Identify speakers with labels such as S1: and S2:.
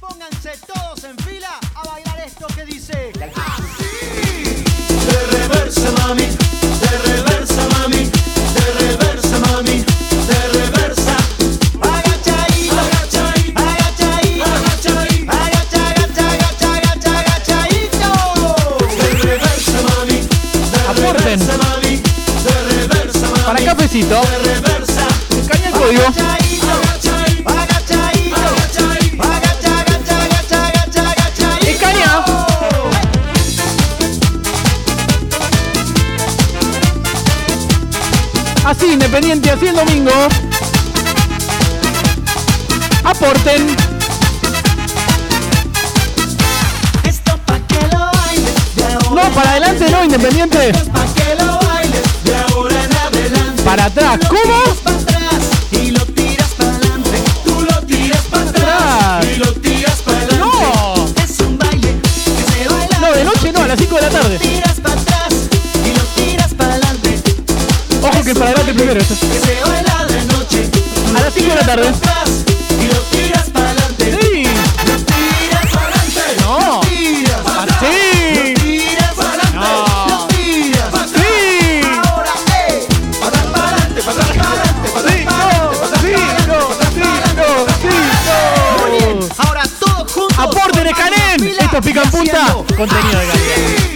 S1: Pónganse todos en fila a bailar esto que dice.
S2: De reversa mami, de reversa mami, de reversa mami, de reversa. Agachai, agachai, agachai, agachai, agacha, agacha, agacha, agacha, agachadito. De reversa mami, de
S3: Aporten.
S2: reversa mami, de reversa mami,
S3: Para cafecito,
S2: de reversa.
S3: caña el código.
S2: Agachadito, agachadito, agachadito, agacha, agacha, agacha, agacha, agachadito.
S3: Escanea. Así independiente, así el domingo. Aporten.
S2: Esto pa' que lo bailes de ahora
S3: No, para adelante no, independiente.
S2: pa' que lo bailes de ahora en adelante.
S3: Para atrás. ¿Cómo?
S2: tiras pa' atrás y lo tiras para adelante. Tú lo tiras para atrás
S3: Atrás.
S2: y lo tiras para adelante.
S3: No.
S2: Es un baile que se baila.
S3: Ah. No, de noche no, a las 5 de la tarde.
S2: Tiras para atrás y lo tiras para adelante.
S3: Ojo que para adelante primero.
S2: Que se baila de noche.
S3: A las 5 de la tarde.
S2: Tiras pa' atrás y lo tiras para adelante.
S3: Sí.
S2: Lo tiras para adelante.
S3: No.
S2: Tiras para atrás.
S3: Así.
S2: Tiras para adelante.
S3: No.
S2: Lo tiras para atrás.
S3: Sí.
S2: Ahora, eh. Para atrás, para adelante, para atrás, para adelante, para atrás,
S3: Sí,
S2: para adelante.
S3: no, sí, no, sí, no, sí, no.
S1: Ahora todos juntos.
S3: Aporten,
S1: formando
S3: escaneen.
S1: fila
S3: Esto pica
S1: y
S3: en punta.
S1: haciendo
S3: Contenido de calidad.
S2: Sí.